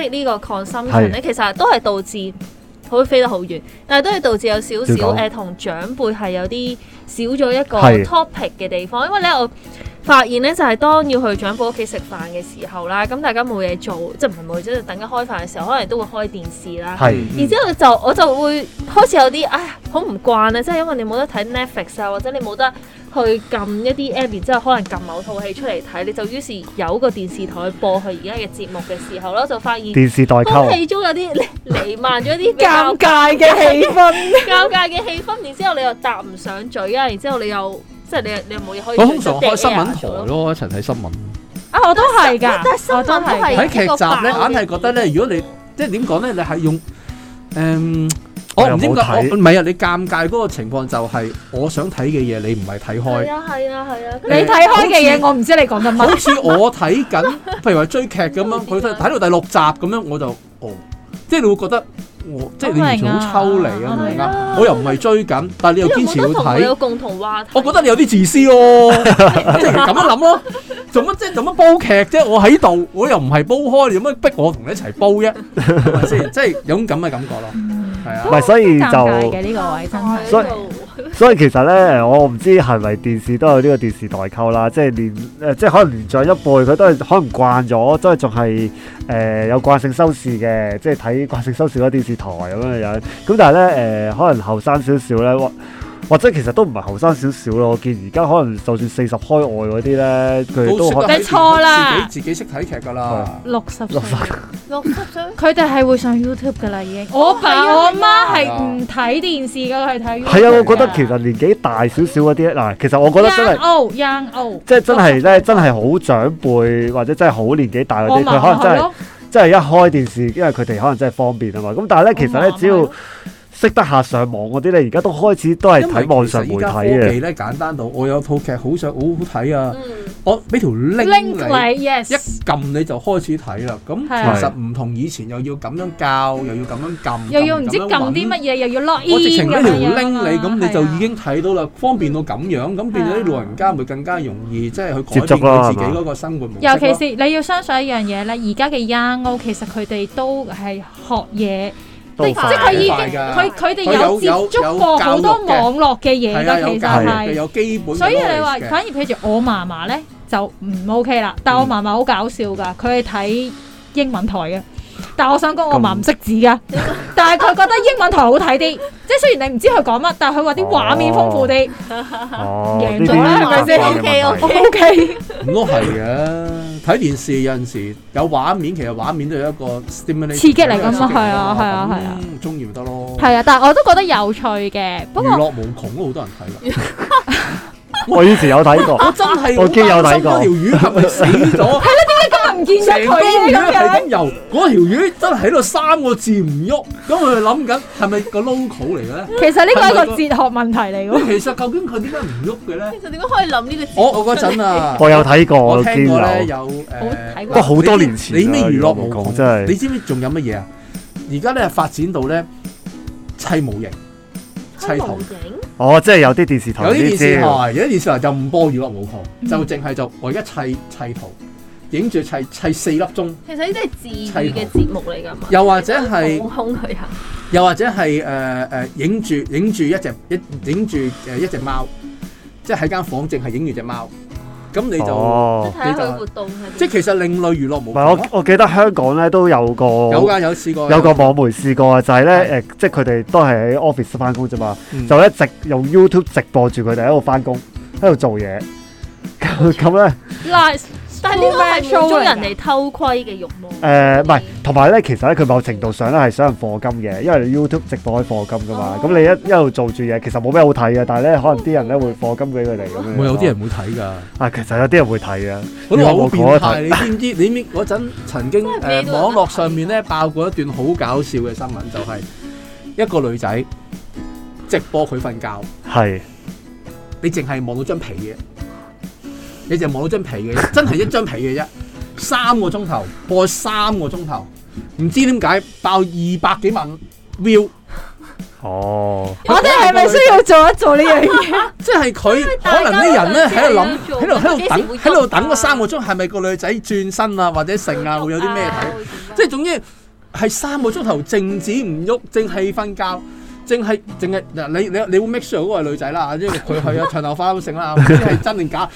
Speaker 4: 係呢個 consumption
Speaker 1: 係
Speaker 4: 咧，其實都係導致佢會飛得好遠，但係都係導致有少少
Speaker 1: 照講
Speaker 4: 誒同長輩係有啲少咗一個
Speaker 1: 係
Speaker 4: topic 嘅地方，因為咧我。發現咧就係、當要去長輩屋企食飯嘅時候啦，咁大家冇嘢做，即係唔係冇嘢做，即係等緊開飯嘅時候，可能都會開電視啦。
Speaker 1: 係
Speaker 2: 嗯
Speaker 4: 然之後就我就會開始有啲唉好唔慣啊，即係因為你冇得睇 Netflix 啊，或者你冇得去撳一啲 app，然之後可能撳某套戲出嚟睇，你就於是有個電視台播佢而家嘅節目嘅時候咯，就發現
Speaker 1: 電視代
Speaker 4: 空
Speaker 2: 啊
Speaker 1: 溝
Speaker 4: 氣中有啲 瀰漫咗一啲比較
Speaker 3: 尷尬嘅氣氛。
Speaker 4: 尷尬嘅氣氛，然之後你又答唔上嘴啊，然之後你又。即即係你你有冇嘢可以
Speaker 2: 我
Speaker 4: 做？
Speaker 2: 通常開新聞
Speaker 4: 即係 air
Speaker 2: 台
Speaker 4: 咗
Speaker 2: 咯，一齊睇新聞。
Speaker 3: 啊，我都係㗎，
Speaker 4: 但係新聞
Speaker 3: 我都係
Speaker 4: 都
Speaker 3: 㗎。
Speaker 4: 係
Speaker 2: 睇劇集咧，
Speaker 4: 呢個啊
Speaker 2: 硬係覺得咧，如果你即係點講咧，你係用誒、嗯我唔知點
Speaker 1: 我又冇
Speaker 2: 解，我
Speaker 1: 睇
Speaker 2: 唔係啊！你尷尬嗰個情況就係我想睇嘅嘢，你唔係睇開
Speaker 4: 係。啊係啊係啊，
Speaker 3: 你睇開
Speaker 2: 好
Speaker 3: 嘅嘢，
Speaker 2: 似
Speaker 3: 我唔知你講緊乜。
Speaker 2: 好似我睇 緊，譬如話追劇咁樣，佢
Speaker 4: 點
Speaker 2: 睇
Speaker 4: 啊
Speaker 2: 睇到第六集咁樣，我就哦，即係你會覺得我即係你完全好抽離啊，
Speaker 3: 我
Speaker 2: 明唔
Speaker 3: 明
Speaker 2: 明
Speaker 4: 啊
Speaker 2: 啊？我又唔係追緊，但係你又
Speaker 4: 你有
Speaker 2: 堅
Speaker 4: 冇
Speaker 2: 持要
Speaker 4: 得同佢有
Speaker 2: 睇，
Speaker 4: 共同話題？
Speaker 2: 我覺得你有啲自私咯， 即係咁樣諗咯。做乜即係做乜煲劇啫？我喺度，我又唔係煲開，你有乜逼我同你一齊煲啫？係 咪先？即係有種咁嘅感覺咯，係啊
Speaker 1: 唔。係，所以
Speaker 3: 尷尬
Speaker 1: 就
Speaker 3: 嘅呢個位真
Speaker 4: 啊
Speaker 3: 係。
Speaker 1: 所以所以其實咧，我唔知係咪電視都有呢個電視代溝啦，即係連誒、呃即係可能年長一輩佢都係可能慣咗，都係仲係誒有慣性收視嘅，即係睇慣性收視嗰啲電視台咁樣樣。咁但係咧誒，可能後生少少咧，或或者其實都唔係後生少少咯。我見而家可能就算四十開外嗰啲咧，佢都哦
Speaker 2: 都識
Speaker 1: 可
Speaker 2: 得
Speaker 3: 你錯啦
Speaker 2: 自己自己識睇劇㗎啦。
Speaker 3: 六十歲
Speaker 1: 六，十
Speaker 4: 六十歲
Speaker 3: 佢哋係會上 YouTube 噶啦，已經。我
Speaker 4: 係
Speaker 3: 爸
Speaker 4: 啊
Speaker 3: 我
Speaker 4: 係
Speaker 3: 媽
Speaker 4: 啊
Speaker 3: 係唔睇電視噶，係睇 YouTube 㗎。
Speaker 1: 係啊，我覺得其實年紀大少少嗰啲咧嗱，其實我覺得真係
Speaker 3: young。old young old，
Speaker 1: 即係真係咧，真係好長輩或者真係好年紀大嗰
Speaker 3: 我
Speaker 1: 啲，
Speaker 3: 咪
Speaker 1: 佢可能真
Speaker 3: 係
Speaker 1: 係
Speaker 3: 咯，
Speaker 1: 即係一開電視，因為佢哋可能真係方便啊嘛。咁但
Speaker 2: 哦
Speaker 1: 係咧，其實咧，只
Speaker 2: 啊
Speaker 1: 要識得下上網嗰啲咧，而家都開始都係
Speaker 2: 因為
Speaker 1: 睇網上媒
Speaker 2: 其實依
Speaker 1: 體啊
Speaker 2: 家科
Speaker 1: 嘅。
Speaker 2: 技咧簡單到，我有套劇好想好好睇啊！
Speaker 4: 嗯
Speaker 2: 我俾條 link
Speaker 3: link
Speaker 2: 你，
Speaker 3: 你
Speaker 2: 一
Speaker 3: yes，
Speaker 2: 撳你就開始睇啦。咁
Speaker 3: 係啊
Speaker 2: 其實唔同以前，又要咁樣教，又要咁樣撳，
Speaker 3: 又要唔知
Speaker 2: 撳咁樣
Speaker 3: 撳啲乜
Speaker 2: 揾。
Speaker 3: 嘢，又要 log in
Speaker 2: 我直情俾條
Speaker 3: 咁樣啊
Speaker 2: link 你，咁你就
Speaker 3: à.
Speaker 2: 已經睇到啦，方便到咁樣，咁變咗啲
Speaker 3: 係啊
Speaker 2: 老人家咪更加容易，即係去改
Speaker 1: 接
Speaker 2: 變
Speaker 1: 觸啦
Speaker 2: 佢自己
Speaker 1: 係嘛
Speaker 2: 嗰個生活模式咯。
Speaker 3: 尤其是你要相信一樣嘢咧，而家嘅 young old 其實佢哋都係學嘢，
Speaker 1: 都
Speaker 3: 即
Speaker 1: 快
Speaker 3: 即係佢已
Speaker 2: 快
Speaker 3: 經
Speaker 2: 㗎
Speaker 3: 佢佢哋
Speaker 2: 佢有
Speaker 3: 有接觸過好多網絡嘅嘢
Speaker 2: 係啊，
Speaker 3: 㗎，
Speaker 2: 有
Speaker 3: 其
Speaker 2: 教育
Speaker 3: 實
Speaker 2: 嘅，
Speaker 3: 係。
Speaker 2: 有基本嘅
Speaker 3: 所以你話
Speaker 2: knowledge 嘅
Speaker 3: 反而譬如我嫲嫲咧就唔 OK 啦，但我嫲嫲好搞笑㗎，佢係睇英文台嘅。但我想講我嫲唔識字 㗎，但係佢覺得英文台好睇啲，即係雖然你唔知佢講乜，但係佢話啲畫面豐富啲。
Speaker 1: 哦，
Speaker 3: 贏
Speaker 1: 呢啲
Speaker 3: 咗啦係咪先
Speaker 1: 習慣嘅問題
Speaker 4: OK，OK
Speaker 3: 我 OK。
Speaker 2: 咁都係嘅，睇電視有陣時有畫面，其實畫面都有一個 stimulation
Speaker 3: 刺激嚟
Speaker 2: 一個
Speaker 3: 㗎嘛
Speaker 2: 刺激
Speaker 3: 係啊係啊
Speaker 2: 咁
Speaker 3: 係啊
Speaker 2: 中意咪得咯。
Speaker 3: 係啊，但係我都覺得有趣嘅。不
Speaker 2: 娛
Speaker 3: 過
Speaker 2: 樂無窮都好多人睇㗎。
Speaker 1: 我以前有睇過，
Speaker 2: 我 真係
Speaker 1: 我見有睇過
Speaker 2: 嗰條魚係咪死咗？
Speaker 3: 今日唔見
Speaker 2: 成
Speaker 3: 咗
Speaker 2: 公魚
Speaker 3: 佢
Speaker 2: 啊
Speaker 3: 咧咁
Speaker 2: 係
Speaker 3: 樣，
Speaker 2: 咁游，嗰條魚真係喺度三個字唔喐，咁佢諗緊係咪個 local 嚟嘅咧？
Speaker 3: 其實呢個係一個哲學問題嚟 嘅。
Speaker 2: 咁其實究竟佢點解唔喐嘅咧？
Speaker 4: 其實點解可以諗呢個字？
Speaker 2: 我我嗰陣啊，
Speaker 1: 我有睇過，
Speaker 2: 我
Speaker 1: 見
Speaker 2: 聽過
Speaker 1: 有。
Speaker 2: 咧有
Speaker 3: 睇
Speaker 2: 誒，
Speaker 1: 不過好多年前
Speaker 2: 你咩
Speaker 1: 啦
Speaker 2: 娛樂
Speaker 1: 如
Speaker 2: 無
Speaker 1: 果唔
Speaker 2: 窮
Speaker 1: 講真係
Speaker 2: 你知唔知仲有乜嘢啊？而家咧發展到咧砌模型、砌頭
Speaker 4: 模。型
Speaker 1: 哦，即係有啲電視台
Speaker 2: 有啲電視
Speaker 1: 招，
Speaker 2: 哦台，有啲電視台就唔播娛樂無窮，
Speaker 3: 嗯
Speaker 2: 就淨係就我而家砌砌圖，影住砌砌四粒鐘，
Speaker 4: 其實呢啲係治愈嘅節目嚟㗎嘛，
Speaker 2: 又或者係
Speaker 4: 放空佢下。
Speaker 2: 又或者係誒誒影住影住一隻一影住誒一隻貓，即係喺間房淨係影住只貓，咁你就、
Speaker 1: 哦
Speaker 4: 睇下佢活動係
Speaker 2: 即係
Speaker 4: 點
Speaker 2: 其實另類娛樂無
Speaker 1: 唔
Speaker 2: 窮
Speaker 1: 係
Speaker 2: 咯
Speaker 1: 我我記得香港咧都有
Speaker 2: 有
Speaker 1: 個
Speaker 2: 㗎，有試過
Speaker 1: 有個網媒試過啊，就係咧誒，即係佢哋都係喺 office 翻工啫嘛，
Speaker 2: 嗯
Speaker 1: 就一直用 YouTube 直播住佢哋喺度翻工，喺度做嘢。咁咁咧。
Speaker 3: 嗱，
Speaker 4: 但係呢個係滿足人
Speaker 3: 嚟
Speaker 4: 哋偷窺嘅慾望。
Speaker 1: 誒唔係，同埋咧，其實咧佢某程度上咧係想人課金嘅，因為你 YouTube 直播可以課金噶嘛。咁、你一一路做住嘢，其實冇咩好睇嘅，但係咧可能啲人咧會課金俾佢哋咁樣。
Speaker 2: 會有啲人會睇㗎。
Speaker 1: 啊，其實有啲人會睇嘅。
Speaker 2: 好話好
Speaker 1: 我
Speaker 2: 變
Speaker 1: 我
Speaker 2: 態，你知唔知？你知嗰陣曾經誒、
Speaker 4: 真係咩都有得睇
Speaker 2: 網絡上面咧爆過一段好搞笑嘅新聞，就係、一個女仔直播佢瞓覺，
Speaker 1: 係
Speaker 2: 你淨係望到張被嘅，你淨係望到張被嘅，真係一張被嘅啫。三個鐘頭播三個鐘頭，唔知點解爆二百幾萬 view，
Speaker 1: 哦，
Speaker 3: 我哋係咪需要做一做呢樣嘢？
Speaker 2: 即係佢
Speaker 4: 大
Speaker 2: 可
Speaker 4: 家
Speaker 2: 能啲人咧喺度諗，
Speaker 4: 都
Speaker 2: 喺度喺度
Speaker 4: 幾時會
Speaker 2: 等，
Speaker 4: 喐
Speaker 2: 喺度等
Speaker 4: 啊
Speaker 2: 嗰三個鐘係咪個女仔轉身啊，或者剩啊，會有啲咩睇？即係總之係三個鐘頭靜止唔喐，淨係瞓覺，淨係淨係嗱你你你會 make sure 嗰個係女仔啦，因為佢 係啊長頭髮咁剩啦，唔知係真定假。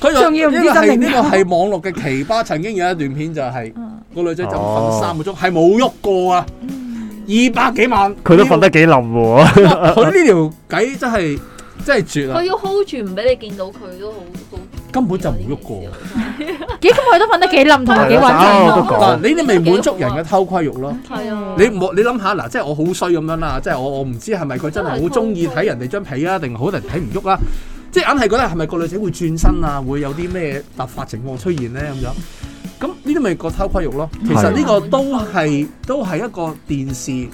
Speaker 2: 佢就
Speaker 3: 仲要唔知
Speaker 2: 呢個係
Speaker 3: 真定
Speaker 2: 呢
Speaker 3: 假
Speaker 2: 個係網絡嘅奇葩，曾經有一段片就係
Speaker 3: 嗯哦
Speaker 2: 個女仔就
Speaker 1: 哦
Speaker 2: 瞓三個鐘，係冇喐過啊，二百幾萬，
Speaker 1: 佢都瞓得幾冧 喎。
Speaker 2: 哇佢呢條計真係真係絕
Speaker 4: 佢
Speaker 2: 啊，
Speaker 4: 要 hold 住唔俾你見到佢都好好。
Speaker 2: 根本就冇喐過。
Speaker 3: 咦，咁佢都瞓得幾冧同埋幾穩
Speaker 1: 啊我
Speaker 3: 陣
Speaker 1: 都
Speaker 3: 咯。
Speaker 1: 講
Speaker 2: 嗱，呢啲咪滿
Speaker 3: 啊
Speaker 2: 足人嘅偷窺欲咯。
Speaker 4: 係啊，
Speaker 2: 你冇你諗下嗱，即係我啊好衰咁樣啦，即係我我唔知係咪佢真係好中意睇人哋張被啊，定好多人睇唔喐啦。即係硬係覺得係咪個女仔會轉身啊？會有啲咩突發情況出現咧咁樣？咁呢啲咪個偷窺欲咯。其實呢個都
Speaker 1: 嗯
Speaker 2: 係都係一個電視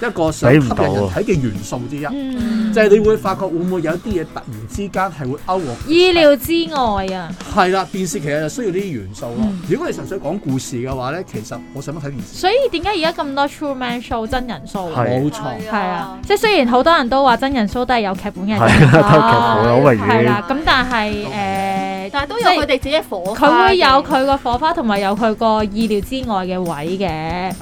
Speaker 2: 一個想
Speaker 1: 睇
Speaker 2: 吸引
Speaker 1: 唔到啊
Speaker 2: 人睇嘅元素之一，
Speaker 3: 嗯，
Speaker 2: 就係你會發覺會唔會有啲嘢突然之間係會勾我
Speaker 3: 意料之外啊，
Speaker 2: 係啦，電視其實就需要呢啲元素咯
Speaker 3: 嗯。
Speaker 2: 如果你純粹講故事嘅話咧，其實我使乜睇電視？
Speaker 3: 所以點解而家咁多 True Man Show 真人 show？
Speaker 1: 係
Speaker 2: 冇錯，
Speaker 4: 係
Speaker 3: 係啊，即係雖然好多人都話真人 show 都係有劇本嘅，
Speaker 1: 係啊，都劇本好明
Speaker 3: 係
Speaker 1: 顯。
Speaker 3: 啦，咁但係誒，
Speaker 4: 但係都有佢哋自己嘅火花嘅
Speaker 3: 佢會有佢個火花同埋有佢個意料之外嘅位嘅，
Speaker 2: 係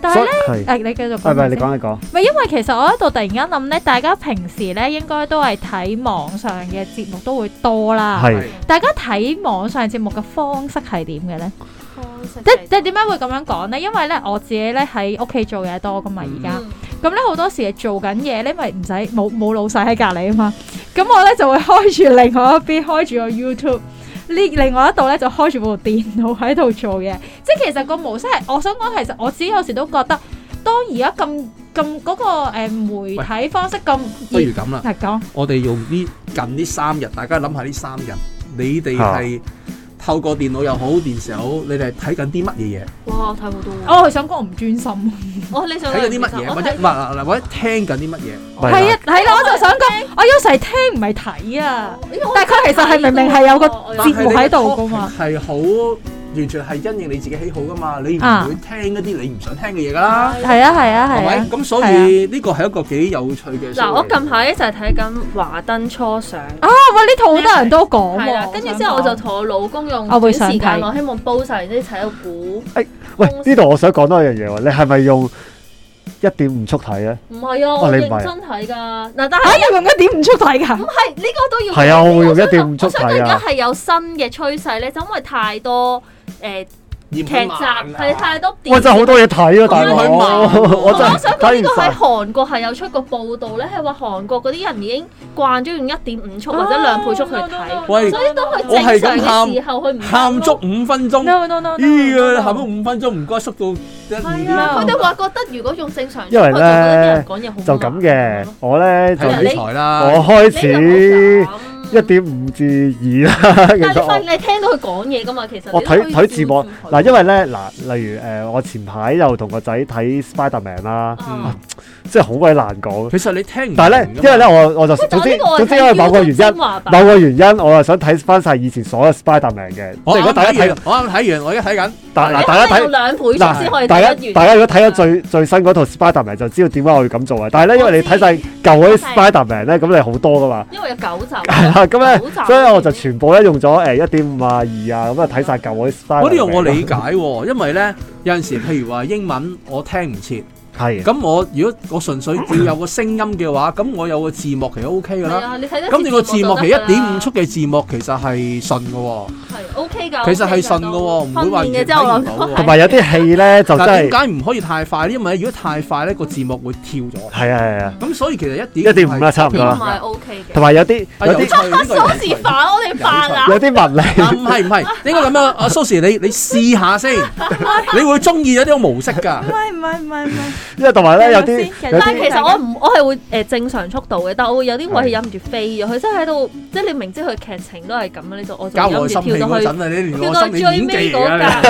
Speaker 3: 但係咧。
Speaker 1: 係
Speaker 3: 誒，你繼續
Speaker 1: 係
Speaker 3: 講
Speaker 1: 咪
Speaker 3: 先。
Speaker 1: 你講你講？
Speaker 3: 唔係因為其實我喺度突然間諗咧，大家平時咧應該都係睇網上嘅節目都會多啦。
Speaker 1: 係
Speaker 3: 大家睇網上節目嘅方式係點嘅咧？
Speaker 4: 方式
Speaker 3: 即即點解會咁樣講咧？因為咧我自己咧喺屋企做嘢多噶嘛，而家
Speaker 4: 嗯
Speaker 3: 咁咧好多時做緊嘢咧，咪唔使冇冇老細喺隔離啊嘛。咁我咧就會開住另外一邊開住個 YouTube。呢另外一度咧就開住部電腦喺度做嘢，即係其實個模式係，我想講其實我自己有時都覺得，當而家咁咁嗰個、呃、媒體方式咁
Speaker 2: 不
Speaker 3: 熱
Speaker 2: 如咁啦。
Speaker 3: 係講，
Speaker 2: 我哋用呢近呢三日，大家諗下呢三日，你哋係透過電腦又好，電視又好，你哋係睇緊啲乜嘢嘢？
Speaker 4: 哇，我睇好多喎。
Speaker 3: 我係哦想講我唔專心。
Speaker 4: 我你想
Speaker 2: 睇緊啲乜嘢？
Speaker 4: 我
Speaker 2: 或者
Speaker 4: 睇
Speaker 2: 唔係嗱或者聽緊啲乜嘢？
Speaker 1: 係
Speaker 3: 係啊，係啦，我就想講，我有時係聽唔係睇啊。
Speaker 4: 因為我
Speaker 3: 但係佢其實係明明係有個
Speaker 4: 我有
Speaker 2: 但係
Speaker 3: 節目喺度㗎嘛
Speaker 2: 你嘅 topic 係好完全係因應你自己喜好噶嘛，你唔
Speaker 3: 啊
Speaker 2: 會聽一啲你唔想聽嘅嘢噶啦，
Speaker 3: 係啊，係啊，
Speaker 2: 係
Speaker 3: 係
Speaker 2: 咪？
Speaker 3: 啊。
Speaker 2: 咁所以呢個係一個幾有趣嘅 show 嚟嘅。
Speaker 4: 嗱，我近排就係睇緊華燈初上，
Speaker 3: 啊，喂，呢套好多人都講
Speaker 4: 係啦
Speaker 3: 喎。，
Speaker 4: 跟住之後我就同我老公用
Speaker 3: 我會
Speaker 4: 短
Speaker 3: 想
Speaker 4: 時間，
Speaker 3: 睇
Speaker 4: 我希望煲晒，然之後睇到估。
Speaker 1: 喂，呢度我想講多一樣嘢喎，你係咪用一點五速睇咧？
Speaker 4: 唔係啊，
Speaker 1: 哦
Speaker 4: 我
Speaker 1: 你
Speaker 4: 認
Speaker 1: 唔係啊
Speaker 4: 真睇㗎。嗱，但係
Speaker 3: 嚇又用一點唔出睇
Speaker 4: 唔
Speaker 3: 㗎。
Speaker 4: 係呢個都要
Speaker 1: 係啊，我會用一點五速
Speaker 4: 我想講
Speaker 1: 睇
Speaker 4: 而家
Speaker 1: 啊。
Speaker 4: 係有新嘅趨勢咧，就因為太多誒
Speaker 2: 劇
Speaker 4: 劇集係太多電
Speaker 1: 啊喂，真係好多嘢睇啊，大佬！
Speaker 2: 我要去買
Speaker 1: 我真
Speaker 4: 我
Speaker 1: 係
Speaker 4: 想講呢
Speaker 1: 睇
Speaker 4: 個
Speaker 1: 唔
Speaker 4: 喺
Speaker 1: 晒。
Speaker 4: 韓國係有出過報道咧，係話韓國嗰啲人已經慣咗用一點五速或
Speaker 3: 啊
Speaker 4: 者兩倍速去睇，
Speaker 2: 喂
Speaker 4: 所以當佢
Speaker 2: 我係
Speaker 4: 正
Speaker 2: 咁喊
Speaker 4: 常嘅時候，佢唔
Speaker 2: 喊足五分鐘，
Speaker 3: No no no！
Speaker 2: 咦佢喊足
Speaker 3: no
Speaker 2: 五分鐘，唔該縮到一
Speaker 4: 係
Speaker 2: 二
Speaker 4: 啊，
Speaker 3: No
Speaker 4: 佢哋話覺得如果用正常速，
Speaker 1: 因為呢
Speaker 4: 佢哋覺得啲人講嘢好慢
Speaker 1: 就咁嘅，
Speaker 4: 嗯
Speaker 1: 我咧
Speaker 2: 睇
Speaker 1: 就
Speaker 2: 下
Speaker 4: 人
Speaker 2: 理財啦。
Speaker 1: 我開
Speaker 4: 啊你又
Speaker 1: 始
Speaker 4: 好
Speaker 1: 一
Speaker 4: 慘
Speaker 1: 點五至二啦。其實
Speaker 4: 但係你發
Speaker 1: 我
Speaker 4: 現你聽到佢講嘢噶嘛，其實你
Speaker 1: 我睇
Speaker 4: 都可以
Speaker 1: 睇字幕
Speaker 4: 照住佢
Speaker 1: 嗱，因為咧嗱，例如誒，我前排又同個仔睇 Spiderman 啦，
Speaker 4: 啊
Speaker 1: 即係好鬼難講。
Speaker 2: 其實你聽唔明㗎嘛，
Speaker 1: 但係咧，因為咧我我就總
Speaker 4: 但係
Speaker 1: 之
Speaker 4: 呢個我
Speaker 1: 總之因為某個原因。
Speaker 4: 啊
Speaker 1: 某個原因，我係想睇翻晒以前所有 Spiderman 嘅，即係
Speaker 2: 我哦啱
Speaker 1: 如果大家
Speaker 2: 睇
Speaker 1: 睇，
Speaker 2: 完，我啱睇完，我而家睇緊。
Speaker 1: 大嗱
Speaker 4: 嗱，
Speaker 1: 大家睇
Speaker 4: 兩倍速先可
Speaker 1: 嗱，
Speaker 4: 以
Speaker 1: 大家
Speaker 4: 睇得
Speaker 1: 大
Speaker 4: 完。啊
Speaker 1: 家如果睇咗最最新嗰套 Spiderman 就知道點解我要咁做啊！但係咧，因為你睇晒舊嗰啲 Spiderman 咧，咁你好多噶嘛，
Speaker 4: 因為有九集，啊
Speaker 1: 係啦，咁咧，
Speaker 4: 九集，啊
Speaker 1: 所以我就全部咧用咗誒一點五啊二啊，咁啊睇晒舊嗰啲 Spiderman。
Speaker 2: 我呢樣我理解喎，因為咧有陣時，譬如話英文我聽唔切，
Speaker 1: 係
Speaker 2: 咁我如果我純粹要有個聲音嘅話，咁我有個字幕其實 O K 噶
Speaker 4: 係
Speaker 2: 啦。
Speaker 4: 啊，你睇得
Speaker 2: 咁你個字幕啊其實一點五速
Speaker 4: 速
Speaker 2: 嘅字幕其實係順嘅喎，
Speaker 4: 係 OK 㗎，
Speaker 2: 其實係順嘅喎，唔會話完
Speaker 4: 嘅
Speaker 2: 全
Speaker 4: 啫，
Speaker 2: 睇
Speaker 4: 我
Speaker 2: 唔到啊
Speaker 4: 諗
Speaker 1: 同
Speaker 2: 喎。
Speaker 1: 埋有啲戲咧就真
Speaker 2: 但係
Speaker 1: 係
Speaker 2: 點解唔可以太快咧？因為如果太快咧個字幕會跳咗。
Speaker 1: 係啊係啊，
Speaker 2: 咁所以其實一點
Speaker 1: 1.5啦差唔多
Speaker 4: 唔
Speaker 1: 啦
Speaker 4: 係 OK 嘅。
Speaker 1: 同埋有啲
Speaker 2: 啊
Speaker 1: 有
Speaker 2: 有
Speaker 1: 啲
Speaker 2: 趣呢個
Speaker 4: 蘇
Speaker 2: 有
Speaker 4: 士
Speaker 2: 趣
Speaker 4: 反我哋扮啊！
Speaker 1: 有啲文理
Speaker 2: 啊，唔係唔係， 應該咁樣。阿 Susie，你你試下 先，你會中意咗呢個模式㗎。
Speaker 3: 唔係唔係唔係唔係，
Speaker 1: 因為同埋咧有啲
Speaker 3: 先
Speaker 1: 有
Speaker 4: 但係
Speaker 1: 啲
Speaker 4: 其實我唔，我係會誒正常速度嘅，但係我會有啲位係忍唔住飛咗，佢真係喺度，即係你明知佢劇情都係咁嘅，你就我就
Speaker 2: 交
Speaker 4: 忍
Speaker 2: 我
Speaker 4: 唔
Speaker 2: 心
Speaker 4: 住
Speaker 2: 氣嗰
Speaker 4: 跳到去，
Speaker 2: 陣啊！你連我心理演技 嚟
Speaker 4: 跳
Speaker 2: 㗎，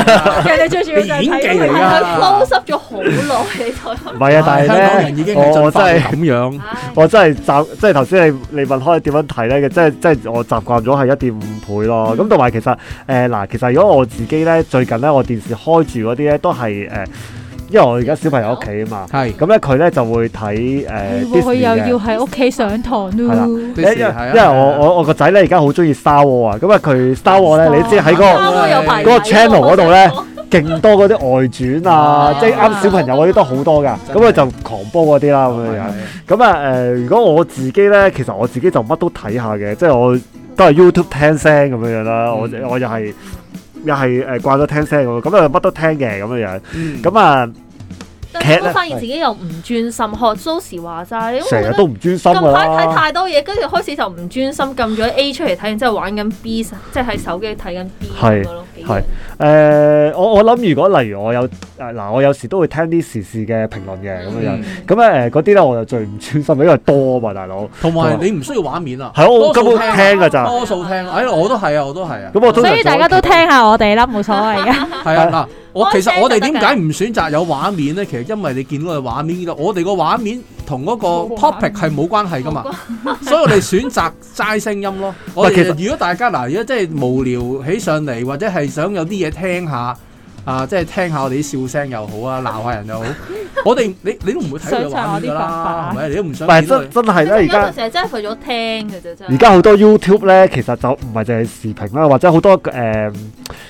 Speaker 3: 其實你最主要就係
Speaker 2: 你演技
Speaker 3: 睇
Speaker 2: 嚟
Speaker 3: 到
Speaker 2: 㗎
Speaker 3: 佢
Speaker 1: 啊
Speaker 4: 但係佢 close up 咗好耐，你就
Speaker 1: 唔係啊，但
Speaker 2: 香港
Speaker 1: 係
Speaker 2: 人已
Speaker 1: 咧
Speaker 2: 經係進
Speaker 1: 我真
Speaker 2: 化
Speaker 1: 係
Speaker 2: 到。咁樣。
Speaker 4: 唉
Speaker 1: 我真係習，即係頭先你你問開點樣睇咧嘅，即係即係我習慣咗係一點五倍咯。
Speaker 3: 嗯
Speaker 1: 咁同埋其實誒嗱、其實如果我自己咧最近咧，我電視開住嗰啲咧都係誒、因為我而家小朋友屋企啊嘛，
Speaker 2: 係
Speaker 1: 咁咧佢咧就會睇誒
Speaker 3: 係
Speaker 1: Disney
Speaker 3: 喎哦佢又
Speaker 1: 嘅
Speaker 3: 要喺屋企上堂
Speaker 1: 係啦
Speaker 3: 咯。
Speaker 1: 因為因
Speaker 2: 啊
Speaker 1: 為因為我我我個仔咧而家好中意 Star War 啊，咁啊佢 Star War 咧，你知喺嗰
Speaker 2: 嗰個
Speaker 4: 啱啱有
Speaker 1: 嗰
Speaker 4: 排
Speaker 1: 個
Speaker 4: 睇
Speaker 1: channel 嗰度咧
Speaker 4: 我
Speaker 1: 個勁多嗰啲外傳啊，
Speaker 4: 係啊
Speaker 1: 即係啱小朋友嗰啲都好多噶，咁佢就狂煲嗰啲啦咁樣樣。咁啊誒，如果我自己咧，其實我自己就乜都睇下嘅，即係我都係 YouTube 聽聲咁樣樣啦。我
Speaker 2: 嗯
Speaker 1: 我又係又係誒慣咗聽聲咁，咁啊乜都聽嘅咁樣樣。
Speaker 2: 咁
Speaker 1: 咁啊
Speaker 4: 但係
Speaker 1: 劇
Speaker 4: 我
Speaker 1: 呢
Speaker 4: 發現自己又唔專心，學蘇時話齋，因為
Speaker 1: 成
Speaker 4: 我
Speaker 1: 日
Speaker 4: 覺得
Speaker 1: 都唔專心㗎
Speaker 4: 近排睇
Speaker 1: 啦。
Speaker 4: 太多嘢，跟住開始就唔專心，撳咗 A 出嚟睇，然之後玩緊 B，即係喺手機睇緊 B
Speaker 1: 係
Speaker 4: 咁樣咯。幾
Speaker 1: 係誒、我我諗如果例如我有誒嗱、我有時都會聽啲時事嘅評論嘅咁樣樣
Speaker 2: 嗯，
Speaker 1: 咁啊咧誒嗰啲咧我就最唔專心嘅，因為多啊嘛，大佬。
Speaker 2: 同埋你唔需要畫面啊，
Speaker 1: 係我
Speaker 2: 多
Speaker 1: 根本
Speaker 2: 數聽
Speaker 1: 聽㗎咋，
Speaker 2: 多數聽，哎，我都係啊，我都係啊。
Speaker 1: 咁我通常
Speaker 3: 所以大家都聽下我哋啦，冇所謂嘅。
Speaker 2: 係啊，嗱，我其
Speaker 4: 開聲
Speaker 2: 實我哋
Speaker 4: 就得
Speaker 2: 點
Speaker 4: 㗎
Speaker 2: 解唔選擇有畫面咧？其實因為你見到嘅畫面，我哋個畫面同嗰個
Speaker 3: 冇畫
Speaker 2: topic
Speaker 3: 面
Speaker 2: 係冇關係噶嘛，所以我哋選擇齋聲音咯。我
Speaker 1: 其
Speaker 2: 哋
Speaker 1: 實
Speaker 2: 如果大家嗱，如果即係無聊起上嚟，或者係想有啲嘢聽下。啊，即係聽下我哋啲笑聲又好啊，鬧下人又好，我哋你你都唔會睇到佢畫面㗎啦，
Speaker 3: 想查我啲辦法
Speaker 2: 係咪？你都唔
Speaker 1: 唔
Speaker 2: 想
Speaker 1: 係
Speaker 2: 見到佢
Speaker 1: 真真係咧，而家。
Speaker 4: 成日真係為咗聽嘅啫，真係。
Speaker 1: 而家好多 YouTube 咧，其實就唔係淨係視頻啦，或者好多誒、呃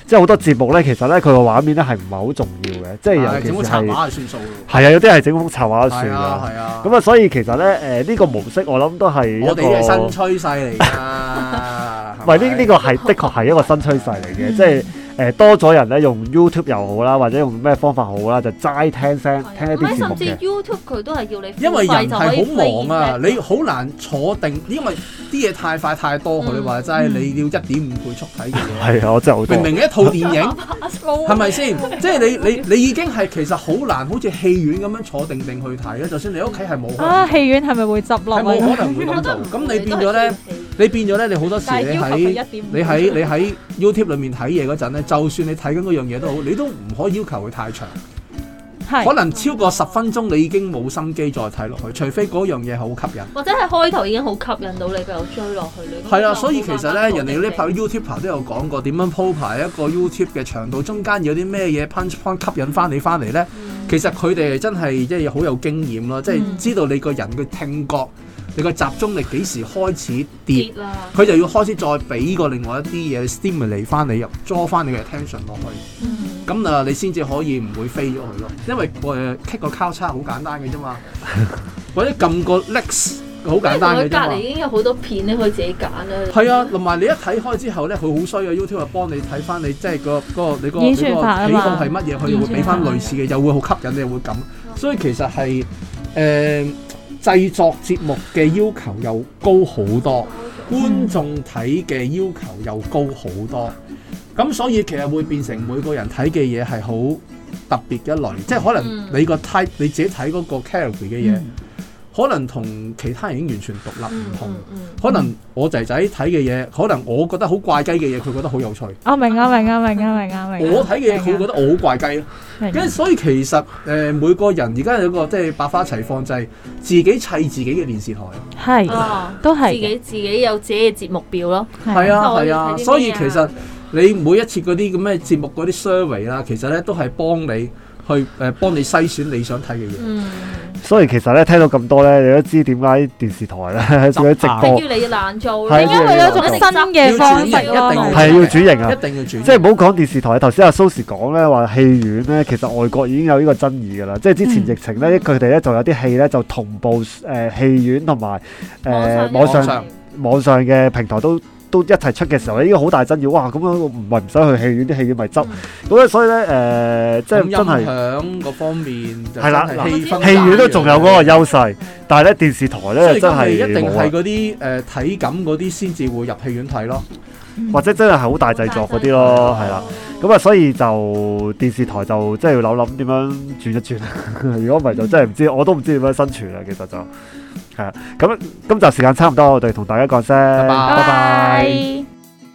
Speaker 1: 即係好多節目咧，其實咧佢個畫面咧係唔係好重要嘅，即係
Speaker 2: 係啊整
Speaker 1: 尤
Speaker 2: 幅
Speaker 1: 其是
Speaker 2: 插
Speaker 1: 係
Speaker 2: 畫就算數咯。
Speaker 1: 係啊，有啲係整幅插畫都算
Speaker 2: 係啊，
Speaker 1: 啦。
Speaker 2: 係啊。
Speaker 1: 咁啊，所以其實咧，誒、呢個模式我諗都係
Speaker 2: 我
Speaker 1: 一
Speaker 2: 哋呢
Speaker 1: 個
Speaker 2: 係，新趨勢 嚟㗎，
Speaker 1: 唔係呢呢個係的確係一個新趨勢嚟 嘅，即係誒、呃多咗人咧用 YouTube 又好啦，或者用咩方法好啦，就齋聽聲聽一
Speaker 4: 唔係
Speaker 1: 啲節目
Speaker 4: 甚至
Speaker 1: 嘅。
Speaker 4: YouTube 佢都係要你付
Speaker 2: 因為
Speaker 4: 費
Speaker 2: 人
Speaker 4: 就可
Speaker 2: 係
Speaker 4: 以
Speaker 2: 好忙啊，
Speaker 4: play
Speaker 2: 你好難坐定，因為啲嘢太快太多，佢哋話齋
Speaker 3: 嗯
Speaker 2: 你要一點五倍速睇嘅嘢。
Speaker 1: 係啊，我真係好多
Speaker 2: 明。明一套電影係咪先？即係你你你已經係其實好難，好似戲院咁樣坐定定去睇啦。就算你屋企係冇可
Speaker 3: 啊，
Speaker 2: 能，
Speaker 3: 戲院係咪會執落
Speaker 2: 係
Speaker 3: 啊？
Speaker 2: 冇可能會咁做。咁你變咗咧，，你變咗咧，你好多時
Speaker 3: 但係
Speaker 2: 你
Speaker 3: 要求佢一
Speaker 2: 喺
Speaker 3: 點五
Speaker 2: 你喺你喺 YouTube 裏面睇嘢嗰陣咧，就算你睇緊嗰樣嘢都好，你都唔可以要求佢太長。可
Speaker 3: 係
Speaker 2: 能超過十分鐘，你已經冇心機再睇落去，除非嗰樣嘢好吸引。
Speaker 4: 或者係開頭已經好吸引到你，佢又追落去你。
Speaker 2: 係啦，啊所以其實咧，人哋嗰啲拍 YouTuber 都有講過點樣鋪排一個 YouTube 嘅長度，中間有啲咩嘢 punch point 吸引翻你翻嚟咧。其實佢哋真係即係好有經驗咯，即係
Speaker 3: 嗯
Speaker 2: 知道你個人嘅聽覺、你個集中力幾時開始跌
Speaker 4: 跌，啦，
Speaker 2: 佢就要開始再俾個另外一啲嘢 stimulate 翻你入，抓翻你嘅 attention 落去。
Speaker 4: 嗯
Speaker 2: 咁啊，你先至可以唔會飛咗佢咯。因為誒 kick 個交叉好簡單嘅啫 嘛，或者撳個 lex 好簡單嘅
Speaker 4: 因為佢
Speaker 2: 啫
Speaker 4: 隔離
Speaker 2: 嘛。
Speaker 4: 已經有好多片你可以自己揀啦。
Speaker 2: 係啊，同埋你一睇開之後咧，佢好衰啊！YouTube 啊幫你睇翻你即係個個你個你個
Speaker 3: 演
Speaker 2: 喜
Speaker 3: 算
Speaker 2: 好
Speaker 3: 法啊嘛
Speaker 2: 係乜嘢，佢會俾翻類似嘅，又會好吸引你，又會咁。所以其實係誒、呃製作節目嘅要求又高好多。觀眾睇嘅要求又高好多，咁所以其實會變成每個人睇嘅嘢係好特別一類，即係可
Speaker 4: 嗯
Speaker 2: 能你個 type 你自己睇嗰個 category 嘅嘢，
Speaker 3: 嗯
Speaker 2: 可能同其他人已經完全獨立唔
Speaker 4: 嗯
Speaker 2: 同。
Speaker 4: 嗯嗯
Speaker 2: 可能我仔仔睇嘅嘢，可能我覺得好怪雞嘅嘢，佢覺得好有趣；
Speaker 3: 我明啊明啊明啊明啊明啊。
Speaker 2: 我睇嘅嘢，佢會覺得我好怪雞咯。
Speaker 3: 明啊
Speaker 2: 跟住所以其實誒、呃每個人而家有個即係百花齊放，就係、自己砌自己嘅電視台。
Speaker 3: 係
Speaker 4: 啊，
Speaker 3: 都
Speaker 4: 自
Speaker 3: 係嘅
Speaker 4: 己自己有自己嘅節目表咯。
Speaker 2: 係啊係
Speaker 4: 睇啲咩啊
Speaker 2: 啊，所以其實你每一次嗰啲咁嘅節目嗰啲 survey 啊啦，其實咧都係幫你去誒幫你篩選你想睇嘅嘢。
Speaker 4: 嗯，
Speaker 1: 所以其實咧聽到咁多咧，你都知點解電視台 咧做咗直
Speaker 4: 逼
Speaker 1: 播
Speaker 4: 於你懶做
Speaker 1: 係
Speaker 4: 啦，
Speaker 1: 因為有一種
Speaker 3: 新嘅
Speaker 2: 啊
Speaker 3: 方式咯
Speaker 1: 係要主營啊
Speaker 2: 一。定要主營。
Speaker 1: 即係唔好講電視台，頭先阿 Susie 講咧話戲院咧，其實外國已經有呢個爭議㗎啦。即係之前疫情咧，佢哋咧就有啲戲咧就同步誒、呃、戲院同埋誒網
Speaker 2: 網上
Speaker 1: 上網上嘅平台都都一齊出嘅時候咧，已經好大爭議。哇！咁樣唔係唔使去戲院，啲戲院咪執咁咧，所以咧誒、呃即
Speaker 2: 咁
Speaker 1: 係
Speaker 2: 音
Speaker 1: 真係
Speaker 2: 響嗰方面就
Speaker 1: 係啦
Speaker 2: 真
Speaker 1: 嗱
Speaker 2: 氣氛
Speaker 1: 戲院都仲有嗰個優勢，但係咧電視台
Speaker 2: 所
Speaker 1: 咧真
Speaker 2: 以真係一
Speaker 1: 係
Speaker 2: 定
Speaker 1: 冇
Speaker 2: 係
Speaker 1: 啊，
Speaker 2: 嗰啲誒體感嗰啲先至會入戲院睇咯。
Speaker 3: 嗯
Speaker 1: 或者真係好大製作嗰啲咯，係啦。咁啊，所以就電視台就即係要諗諗點樣轉一轉啦。 如果唔係就真係唔知，我都唔知點樣生存啦。其實啊就係啊。咁今集時間差唔多，我哋同大家講聲，
Speaker 2: 拜拜
Speaker 3: 拜拜。